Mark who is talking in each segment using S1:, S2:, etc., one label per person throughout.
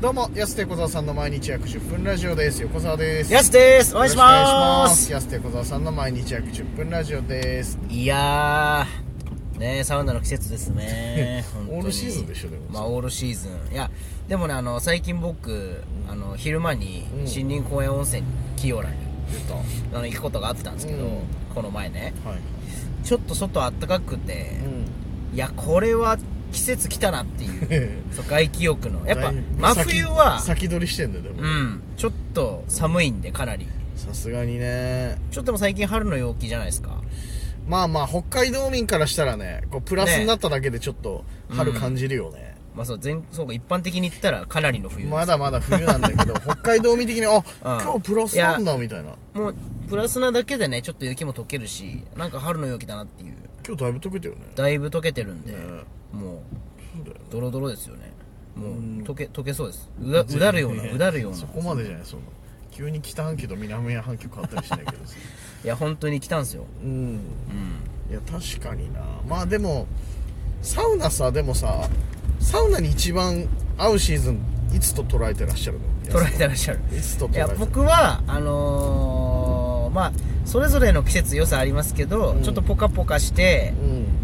S1: どうも、やすて小沢さんの毎日約10分ラジオです。横澤です。
S2: やすです
S1: お
S2: お願いします
S1: やすて小沢さんの毎日約10分ラジオです。
S2: いやーねえサウナの季節です ね本当に
S1: オールシーズンでしょでも
S2: まあオールシーズンいやでもねあの最近僕あの昼間に
S1: うん
S2: 森林公園温泉清らに
S1: 出た。は
S2: あの行くことがあったんですけど、
S1: うん
S2: この前ね
S1: い。
S2: ちょっと外あったかくて、
S1: う
S2: いやこれは季節来たなっていう
S1: ん。
S2: そう外気浴のやっ
S1: だ
S2: ぱ
S1: いぶ
S2: 真冬は
S1: 先先取りしてんだよ、で
S2: う
S1: も。
S2: んちょっと寒いんでかなり
S1: さすがにね。
S2: ちょっとでも最近春の陽気じゃないですか
S1: まあまあ、北海道民からしたらね、こう、プラスになっただけでちょっと、春感じるよね。
S2: まあそう全そうか一般的に言ったらかなりの冬です
S1: まだまだ冬なんだけ ど、北海道民的に、あ、今日プラスなん
S2: い
S1: だ、みたいな。
S2: もうプラスなだけでねちょっと雪も溶けるしなんか春の陽気だなっていう
S1: 今日だいぶ溶けたよね。
S2: だいぶ溶けてるんで、
S1: ね
S2: もう
S1: そうだよね
S2: ドロドロですよねもう
S1: うん
S2: 溶け溶けそうですうだ うだるようなうだるような
S1: そこまでじゃないその急に北半球と南半球変わったりしないけどさ
S2: いや本当に来たんすよ
S1: うん
S2: うん
S1: いや確かになまあでもサウナさでもさサウナに一番合うシーズンいつと捉えてらっしゃるの
S2: 捉えてらっしゃる
S1: いつと
S2: い
S1: 捉え
S2: や
S1: てる
S2: 僕はあのーまあそれぞれの季節良さありますけど、
S1: うん
S2: ちょっとポカポカして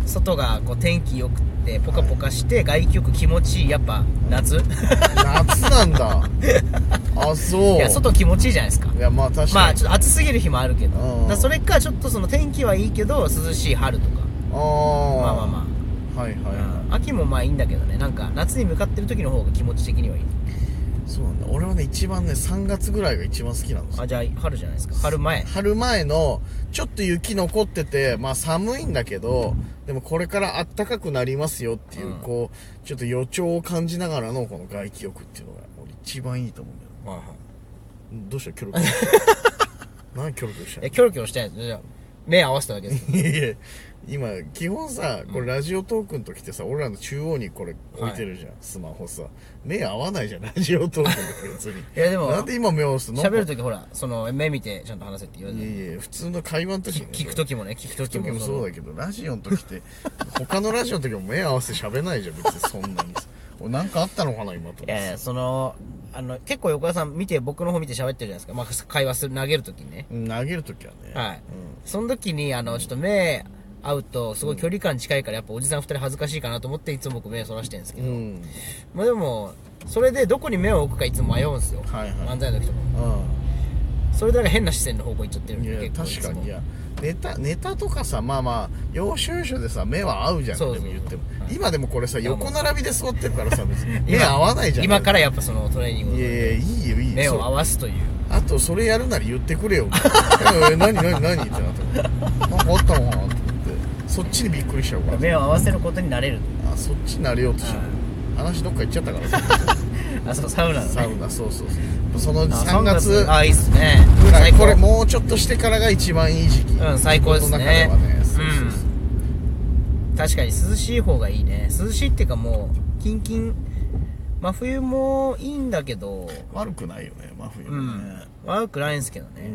S1: うん
S2: 外がこう天気良くてポカポカして、外気浴気持ちいいやっぱ夏
S1: 夏なんだ あそう
S2: いや外気持ちいいじゃないですか
S1: いやまあ確かに、
S2: まあちょっと暑すぎる日もあるけど
S1: う
S2: だ
S1: ん
S2: からそれかちょっとその天気はいいけど涼しい春とか
S1: あ
S2: まあまあま
S1: あはいはい
S2: あ、
S1: は
S2: うん秋もまあいいんだけどねなんか夏に向かってる時の方が気持ち的にはいい
S1: いそうなんだ俺はね一番ね3月ぐらいが一番好きなんですよ
S2: あじゃあ春じゃないですか春前
S1: 春前のちょっと雪残っててまあ寒いんだけどでもこれから暖かくなりますよっていう、
S2: うん
S1: こうちょっと予兆を感じながらのこの外気浴っていうのが俺一番いいと思うんだよどうしたキョロ キョロ何キョロキョロした
S2: えキョロキョロしたいんですじゃあ目合わせただけです
S1: いやいや今基本さこれラジオトークの時ってさ俺らの中央にこれ置いてるじゃん、スマホさ目合わないじゃんラジオトークの時別に
S2: いやでも
S1: なんで今目合わすの
S2: 喋る時ほらその目見てちゃんと話せって言われ
S1: い
S2: て
S1: やいや普通の会話の時
S2: き
S1: にね
S2: 聞く時もね聞く時
S1: 時
S2: も
S1: もそうだけどラジオの時って他のラジオの時も目合わせて喋んないじゃん別にそんなにさ俺なんかあったのかな今と思って
S2: いやいやそのあの結構横田さん見て僕の方見て喋ってるじゃないですか、まあ、会話する投げる時にね
S1: うん投げる時はね
S2: はい、その時にあのちょっと目合うとすごい距離感近いからやっぱおじさん2人恥ずかしいかなと思っていつも僕目そらしてるんですけ
S1: う
S2: ど、
S1: ん
S2: まあでもそれでどこに目を置くかいつも迷うんですよ、
S1: はいはい
S2: 漫才の時とかも
S1: う
S2: それでなんか変な視線の方向行っちゃってるん
S1: んい
S2: で
S1: や
S2: 結構いつ
S1: 確か
S2: も
S1: にいやネタネタとかさまあまあ要所要所でさ目は合うじゃん
S2: そうそう
S1: でも言っても
S2: はい
S1: 今でもこれさ
S2: いやもう
S1: 横並びで座ってるからさ別に
S2: 今
S1: 目合わないじゃん
S2: 今かららやっぱそのトレーニング
S1: いやいやいいよいいよ
S2: 目を合
S1: そう
S2: わすという
S1: あとそれやるなら言ってくれよ え何何何ってなってなんかあったのかなと思ってそっちにびっくりしちゃうから
S2: 目を合わせることになれる
S1: あそっちになれようとしてる
S2: はい
S1: 話どっか行っちゃったからさ
S2: あそうサウ ナのね
S1: サウナそうそうそうその
S2: あ
S1: 3月
S2: あいいっすね
S1: ぐらい
S2: 最高
S1: これもうちょっとしてからが一番いい時期
S2: うん最高ですね
S1: 僕の中ではねそうそうそう
S2: 確かに涼しい方がいいね涼しいっていうかもうキンキン真冬もいいんだけど
S1: 悪くないよね真冬
S2: う
S1: も
S2: ん
S1: ね
S2: 悪くないんですけどね、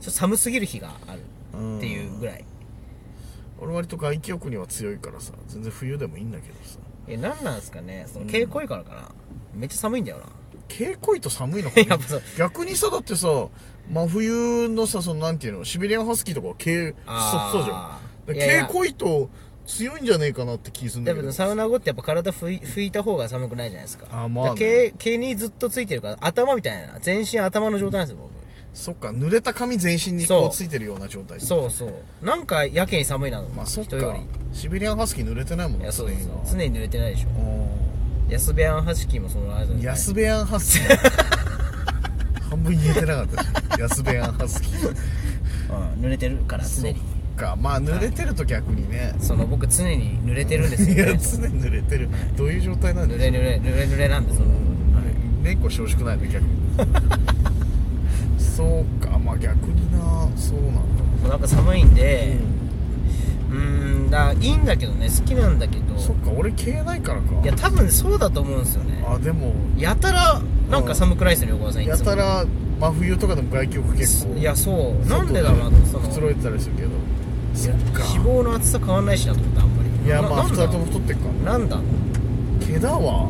S2: ちょっと寒すぎる日がある
S1: うん
S2: っていうぐらい、
S1: 俺割と外気浴には強いからさ全然冬でもいいんだけどさ
S2: えなんなんですかねその毛濃いからかな、めっちゃ寒いんだよな
S1: 軽濃いと寒いのか
S2: やっぱそう
S1: 逆にさだってさ真冬のさそのなんていうのシベリアンハスキーとかは軽
S2: あー
S1: そうじゃんだから
S2: いやいや
S1: 軽濃いと強いんじゃねえかなって気するん
S2: で
S1: だけ
S2: も
S1: ど
S2: サウナ後ってやっぱ体拭い拭いた方が寒くないじゃないですか
S1: あまあね
S2: だから毛毛にずっとついてるから頭みたいな全身頭の状態なんですよ僕
S1: そっか濡れた髪全身に
S2: そ
S1: こ
S2: う
S1: うついてるような状態
S2: そうそうなんかやけに寒いな
S1: まあそっ
S2: 人
S1: か
S2: より
S1: シベリアンハスキー濡れてないもん
S2: い
S1: ね
S2: やそうです
S1: 常にな
S2: 常に濡れてないでしょヤスベアンハシキもそのあれだよ
S1: うん
S2: ね
S1: ヤスベアンハス キー半分言えてなかったしヤスベアンハスキー
S2: うん、濡れてるから常に
S1: そっかまあ濡れてると逆にね
S2: その僕常に濡れてるんです
S1: い
S2: よ、
S1: や
S2: ね、
S1: 常に濡れてるどういう状態なん
S2: 濡
S1: で
S2: れ
S1: しょ
S2: 濡れ濡れ濡れなんですよ
S1: うはい連呼してほしくないね逆にそうかまあ逆になそうなんだ
S2: なんか寒いんでうーんだいいんだけどね好きなんだけど
S1: そっか俺消えないからか
S2: いや多分そうだと思うんですよね
S1: あでも
S2: やたらなんか寒くないですよね横川さんいつも
S1: やたら真冬とかでも外気浴結構
S2: いやそうなんでだろうなと思ってそ
S1: くつろいでたりするけどそっか
S2: の脂肪の厚さ変わんないしなと思ってあんまり
S1: いやまあ2
S2: ななんだ
S1: 人とも太ってっから
S2: なんだ
S1: 毛だわ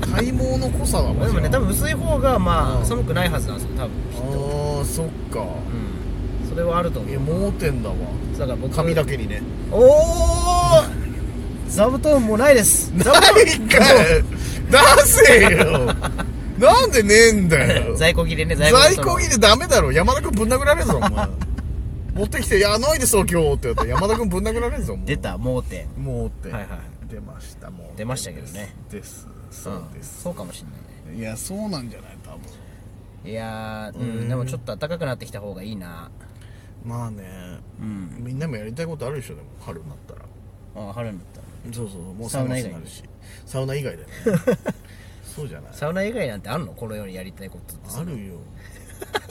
S1: 体毛の濃さだもん
S2: でもね多分薄い方がま
S1: う
S2: あ
S1: ん
S2: 寒くないはずなんですよ多分きっと
S1: ああそっか
S2: うんそれはあると思
S1: いうや盲点だわ
S2: だから僕
S1: 髪だけにね
S2: おお座布団もうないです座布
S1: ないかよ出せ よなんでねえんだよ
S2: 団在庫切れね在庫
S1: 在庫切れダメだろ山田君ぶん殴られるぞお前持ってきて「いやないですよ今日」って言ったら山田君ぶん殴られるぞお前
S2: 出た盲点
S1: もうって、
S2: はいはい
S1: 出ましたもう
S2: 出ましたけどね
S1: ですそうです、
S2: そうかもしんない
S1: い
S2: ね
S1: やそうなんじゃない多分
S2: いやー、う
S1: うん
S2: ん、でもちょっと暖かくなってきた方がいいな
S1: まあね
S2: うん
S1: みんなもやりたいことあるでしょでも春になったら
S2: あ春になったら
S1: そうそうもう
S2: サウナ以外
S1: になるしサウナ以外だよね そうじゃない
S2: サウナ以外なんてあんのこの世にやりたいことって
S1: あ るよ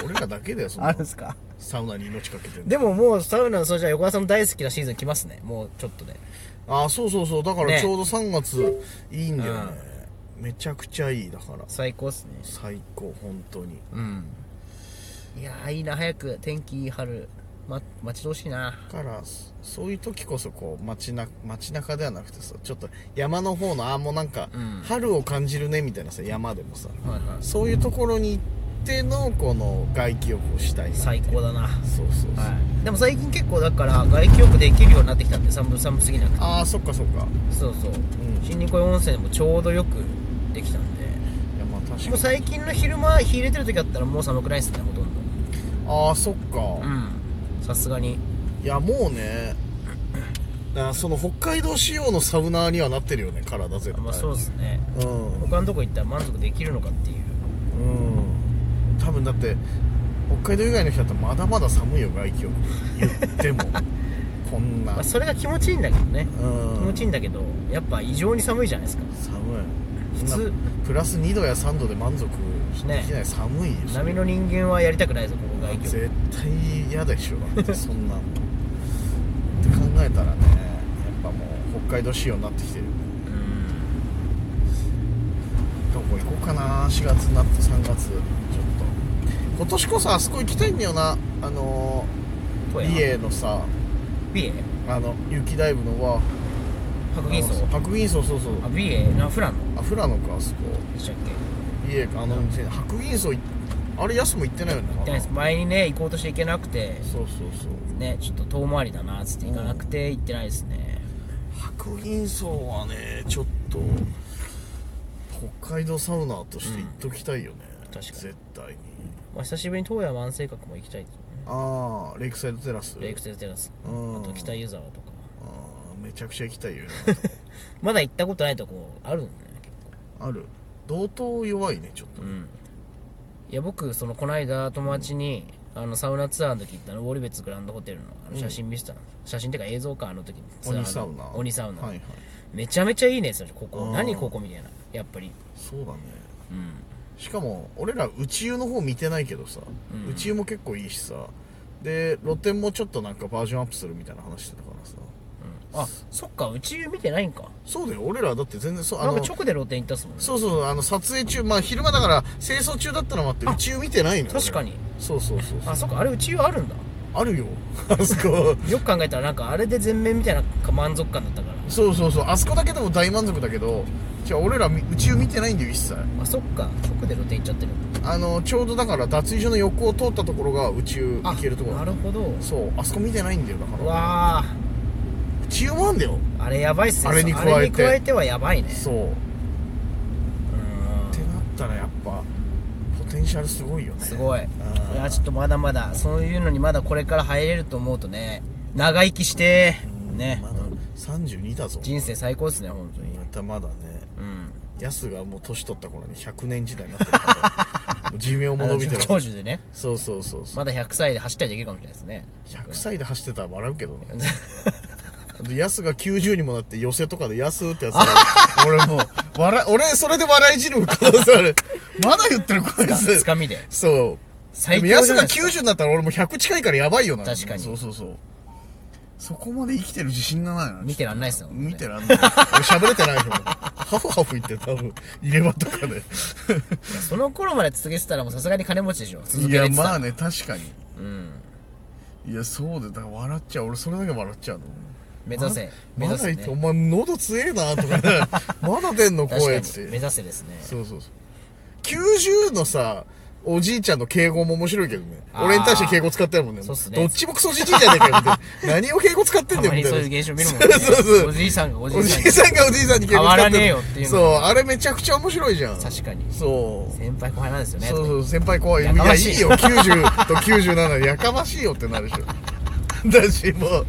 S1: 俺らだけだよそん
S2: あ
S1: な
S2: るんすか
S1: サウナに命かけてんの
S2: でももうサウナそうじゃあ横川さんの大好きなシーズン来ますねもうちょっとで
S1: ああそうそうそうだから
S2: ね
S1: ちょうど3月いいんだよねめちゃくちゃいいだから
S2: 最高っすね
S1: 最高本当に
S2: うんいやーいいな早く天気いい春、ま、待ち遠しいな
S1: だからそそういう時こそこう街な街中ではなくてさちょっと山の方のああもうなんか、
S2: うん
S1: 春を感じるねみたいなさ山でもさ
S2: はいはい
S1: そういうところに行ってのこの外気浴をしたいなって
S2: 最高だな
S1: そうそうそう、
S2: はいでも最近結構だから外気浴できるようになってきたんで寒寒すぎなくて
S1: ああそっかそっか
S2: そうそう、
S1: ん
S2: 新日光温泉もちょうどよくできたんで
S1: いやまあ確か
S2: もう
S1: に
S2: 最近の昼間日入れてる時あったらもう寒くないっすねほとん
S1: ああそっか、
S2: どうんさすがに
S1: いやもうねあーその北海道仕様のサウナーにはなってるよね体絶
S2: あ
S1: 対
S2: まあそうですね
S1: うん、うん、
S2: 他のとこ行ったら満足できるのかっていう
S1: 多分だって北海道以外の人だったらまだまだ寒いよ外気浴言って もこんな、
S2: まあ、それが気持ちいいんだけどね、
S1: うん
S2: 気持ちいいんだけどやっぱ異常に寒いじゃないですか
S1: 寒い
S2: 普通
S1: そんなプラス2度や3度で満足できない、
S2: ね
S1: 寒いよ
S2: 波の人間はやりたくないぞここ外気浴
S1: 絶対嫌でしょだってそんなのって考えたらねやっぱもう北海道仕様になってきてるよね
S2: うん
S1: どこ行こうかな4月になって3月ちょっと今年こそあそこ行きたいんだよなあのー
S2: こうや
S1: 美瑛のさ
S2: 美瑛
S1: あの雪ダイブのは
S2: 白銀層
S1: 白銀層そうそう
S2: あ美瑛なフラン
S1: あ富良野かあそこ
S2: でしたっけ
S1: 美瑛かあの店白銀層いあれ安も行ってないよね
S2: 行ってないです前にね行こうとして行けなくて
S1: そうそうそう
S2: ねちょっと遠回りだなっつって行かなくて行ってないですね
S1: 白銀層はねちょっと北海道サウナーとして行っときたいよね、
S2: 確かに
S1: 絶対に
S2: まあ、久しぶりに東野万世閣も行きたいですね
S1: ああレイクサイドテラス
S2: レイクセルテラス
S1: うん
S2: あと北湯沢とか
S1: あーめちゃくちゃ行きたいよね
S2: まだ行ったことないとこあるんだよね結
S1: ある同等弱いねちょっと
S2: 構うんいや僕そのこの間友達に、あのサウナツアーの時行ったのウォリベツグランドホテルのあの写真見せたの、写真っていうか映像かあの時のツアーの
S1: 鬼サウナ
S2: 鬼サウナ、
S1: はいはい
S2: めちゃめちゃいいねそれここ
S1: うん
S2: 何ここみたいなやっぱり
S1: そうだね
S2: うん
S1: しかも俺ら内湯の方見てないけどさ、
S2: うん
S1: 内湯も結構いいしさで露天もちょっとなんかバージョンアップするみたいな話してたからさ
S2: うんあそっかうち見てないんか
S1: そうだよ俺らだって全然そうあ
S2: なん
S1: の
S2: か直で露店行ったっすもんね
S1: そうそうあの撮影中まあ昼間だから清掃中だったのもあって内湯見てないのよ
S2: 確かに
S1: 俺そうそうそうそう
S2: あそっかあれうちはあるんだ
S1: あるよ あそこ
S2: よく考えたらなんかあれで全面みたいな満足感だったから
S1: そうそうそうあそこだけでも大満足だけどじゃあ俺らみ内湯見てないんだよ一切
S2: あそっか直で露店行っちゃってる
S1: あのちょうどだから脱衣所の横を通ったところが宇宙
S2: あ
S1: 行けるところ
S2: なるほど
S1: そうあそこ見てないんだよだから
S2: わあ
S1: 宇宙もあんだよ
S2: あれやばいっすね
S1: あれに加えて
S2: あれに加えてはやばいね
S1: そうってなったらやっぱポテンシャルすごいよね
S2: すごい
S1: ん
S2: いやちょっとまだまだそういうのにまだこれから入れると思うとね長生きしてね
S1: まだ32だぞ
S2: 人生最高っすね本当に
S1: またまだね
S2: うん
S1: ヤスがもう年取った頃に100年時代になってるから もう寿命も伸びてる
S2: 長寿でね
S1: そうそうそうそう
S2: まだ100歳で走ったりできるかもしれないですね
S1: 100歳で走ってたら笑うけどねあとヤスが90にもなって寄せとかでヤスってやつ が俺もう笑い俺それで笑いじる可能性あるまだ言ってるこい
S2: つ
S1: つ
S2: かみで
S1: そう
S2: 最
S1: で
S2: 強
S1: も
S2: じゃ
S1: ヤ
S2: な
S1: ス
S2: い
S1: が
S2: です
S1: 90
S2: か
S1: になったら俺も100近いからやばいよな
S2: 確かに
S1: そうそうそうそこまで生きてる自信がないな
S2: 見てらんないっすよ
S1: 見てらんない俺喋れてないもんハフハフ言って多分入れ歯とかで
S2: その頃まで続けてたらもうさすがに金持ちでしょ続
S1: い
S2: け
S1: や
S2: てた
S1: まあ
S2: ら
S1: ね確かに
S2: うん
S1: いやそうでだから笑っちゃう俺それだけ笑っちゃうの
S2: 目指せ目
S1: ま
S2: 指
S1: だ
S2: せ
S1: いって、お
S2: ね
S1: 前喉強えなとかね まだ出んの
S2: 確か
S1: 声っ
S2: に
S1: つっ
S2: 目
S1: て
S2: 指せですね
S1: そうそうそう90のさおじいちゃんの敬語も面白いけどね
S2: あー
S1: 俺に対して敬語使ってるもんね
S2: そうっすね
S1: どっちもクソじじいじゃねえかよみたいな 何を敬語使ってんだよ
S2: たま
S1: み
S2: に
S1: たい
S2: そ
S1: な
S2: ういう現象見るもんね
S1: そうそうそう
S2: おじいさんがおじ
S1: お
S2: い
S1: じ
S2: さん
S1: い
S2: が
S1: さんがおじいさんに敬語使って
S2: 変わらねえよっていうの
S1: そうあれめちゃくちゃ面白いじゃん
S2: 確かに
S1: そう
S2: 先輩後輩なんですよね
S1: そうそう先輩怖いいや
S2: やかま
S1: い
S2: しい
S1: いよ90と97やかましいよってなるでしょ だしもう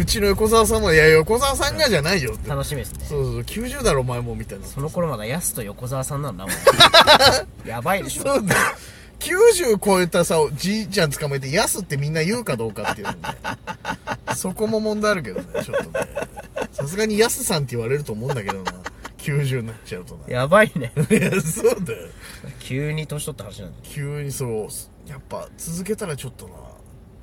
S1: うちの横澤さんも「いや横澤さんがじゃないよ」って
S2: 楽しみですね
S1: そうそう90だろお前もみたいな
S2: その頃まだヤスと横澤さん なんだもんやばいでしょ
S1: そうだ90超えたさじいちゃん捕まえて「やす」ってみんな言うかどうかっていうのねそこも問題あるけどねちょっとねさすがに「やすさん」って言われると思うんだけどな90になっちゃうとな
S2: やばいね
S1: いやそうだよ
S2: 急に年取った話なんだ
S1: 急にそうやっぱ続けたらちょっとな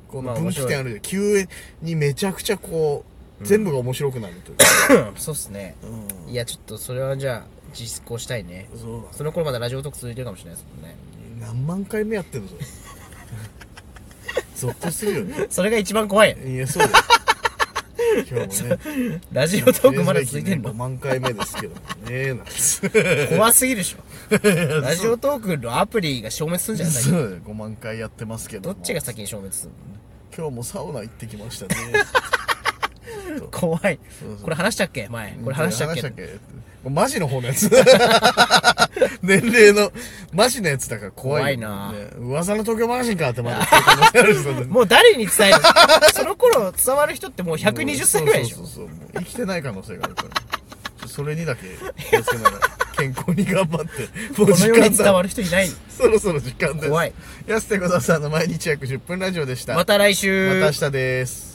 S1: こ
S2: ま
S1: の
S2: あ
S1: 分岐点あるで急にめちゃくちゃこう、全部が面白くなるという
S2: うんそうっすね
S1: か、うん
S2: いやちょっとそれはじゃあ実行したいね
S1: そう
S2: その頃まだラジオトーク続いてるかもしれないですもんね
S1: だ何万回目やってんのそれゾッとするよ ね
S2: それが一番怖いよ
S1: いやそうだよ今日もね
S2: ラジオトークまだ続いてん
S1: 5
S2: の
S1: 万回目ですけどねえなんです
S2: 怖すぎるでしょラジオトークのアプリが消滅するんじゃない
S1: そうだよ5万回やってますけど
S2: ど
S1: も
S2: っちが先に消滅する
S1: 今日もサウナ行ってきましたね
S2: の怖い
S1: そうそう
S2: これ話したっけ前これ話したっけ
S1: マジの方のやつ 年齢のマジのやつだから怖いよ、
S2: 怖いな
S1: ね噂の東京マガジンかってまで言ってる可能性ある人だ ね
S2: もう誰に伝えるその頃伝わる人ってもう120歳ぐらいでしょ
S1: そうそうそうそうもう生きてない可能性があるからそれにだけ気をつけながら健康に頑張っても
S2: この世に伝わ
S1: る
S2: る人いない
S1: そろそろ時間です
S2: 怖い
S1: 安手小沢さんの毎日約10分ラジオでした
S2: また来週
S1: また明日です